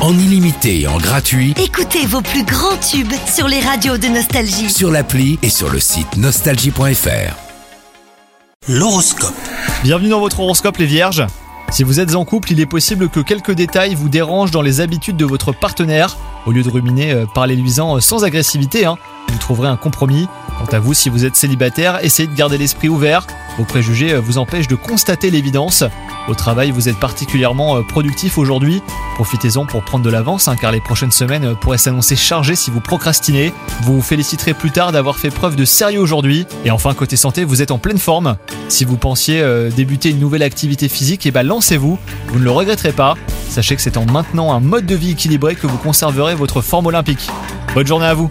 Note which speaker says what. Speaker 1: en illimité et en gratuit
Speaker 2: Écoutez vos plus grands tubes sur les radios de Nostalgie.
Speaker 1: sur l'appli et sur le site nostalgie.fr. L'horoscope.
Speaker 3: Bienvenue dans votre horoscope les vierges. Si vous êtes en couple, il est possible que quelques détails vous dérangent dans les habitudes de votre partenaire. Au lieu de ruminer, euh, parlez-lui-en euh, sans agressivité, hein. vous trouverez un compromis. Quant à vous, si vous êtes célibataire, essayez de garder l'esprit ouvert. Vos préjugés euh, vous empêchent de constater l'évidence. Au travail, vous êtes particulièrement euh, productif aujourd'hui. Profitez-en pour prendre de l'avance, hein, car les prochaines semaines euh, pourraient s'annoncer chargées si vous procrastinez. Vous vous féliciterez plus tard d'avoir fait preuve de sérieux aujourd'hui. Et enfin, côté santé, vous êtes en pleine forme. Si vous pensiez euh, débuter une nouvelle activité physique, et ben lancez-vous, vous ne le regretterez pas. Sachez que c'est en maintenant un mode de vie équilibré que vous conserverez votre forme olympique. Bonne journée à vous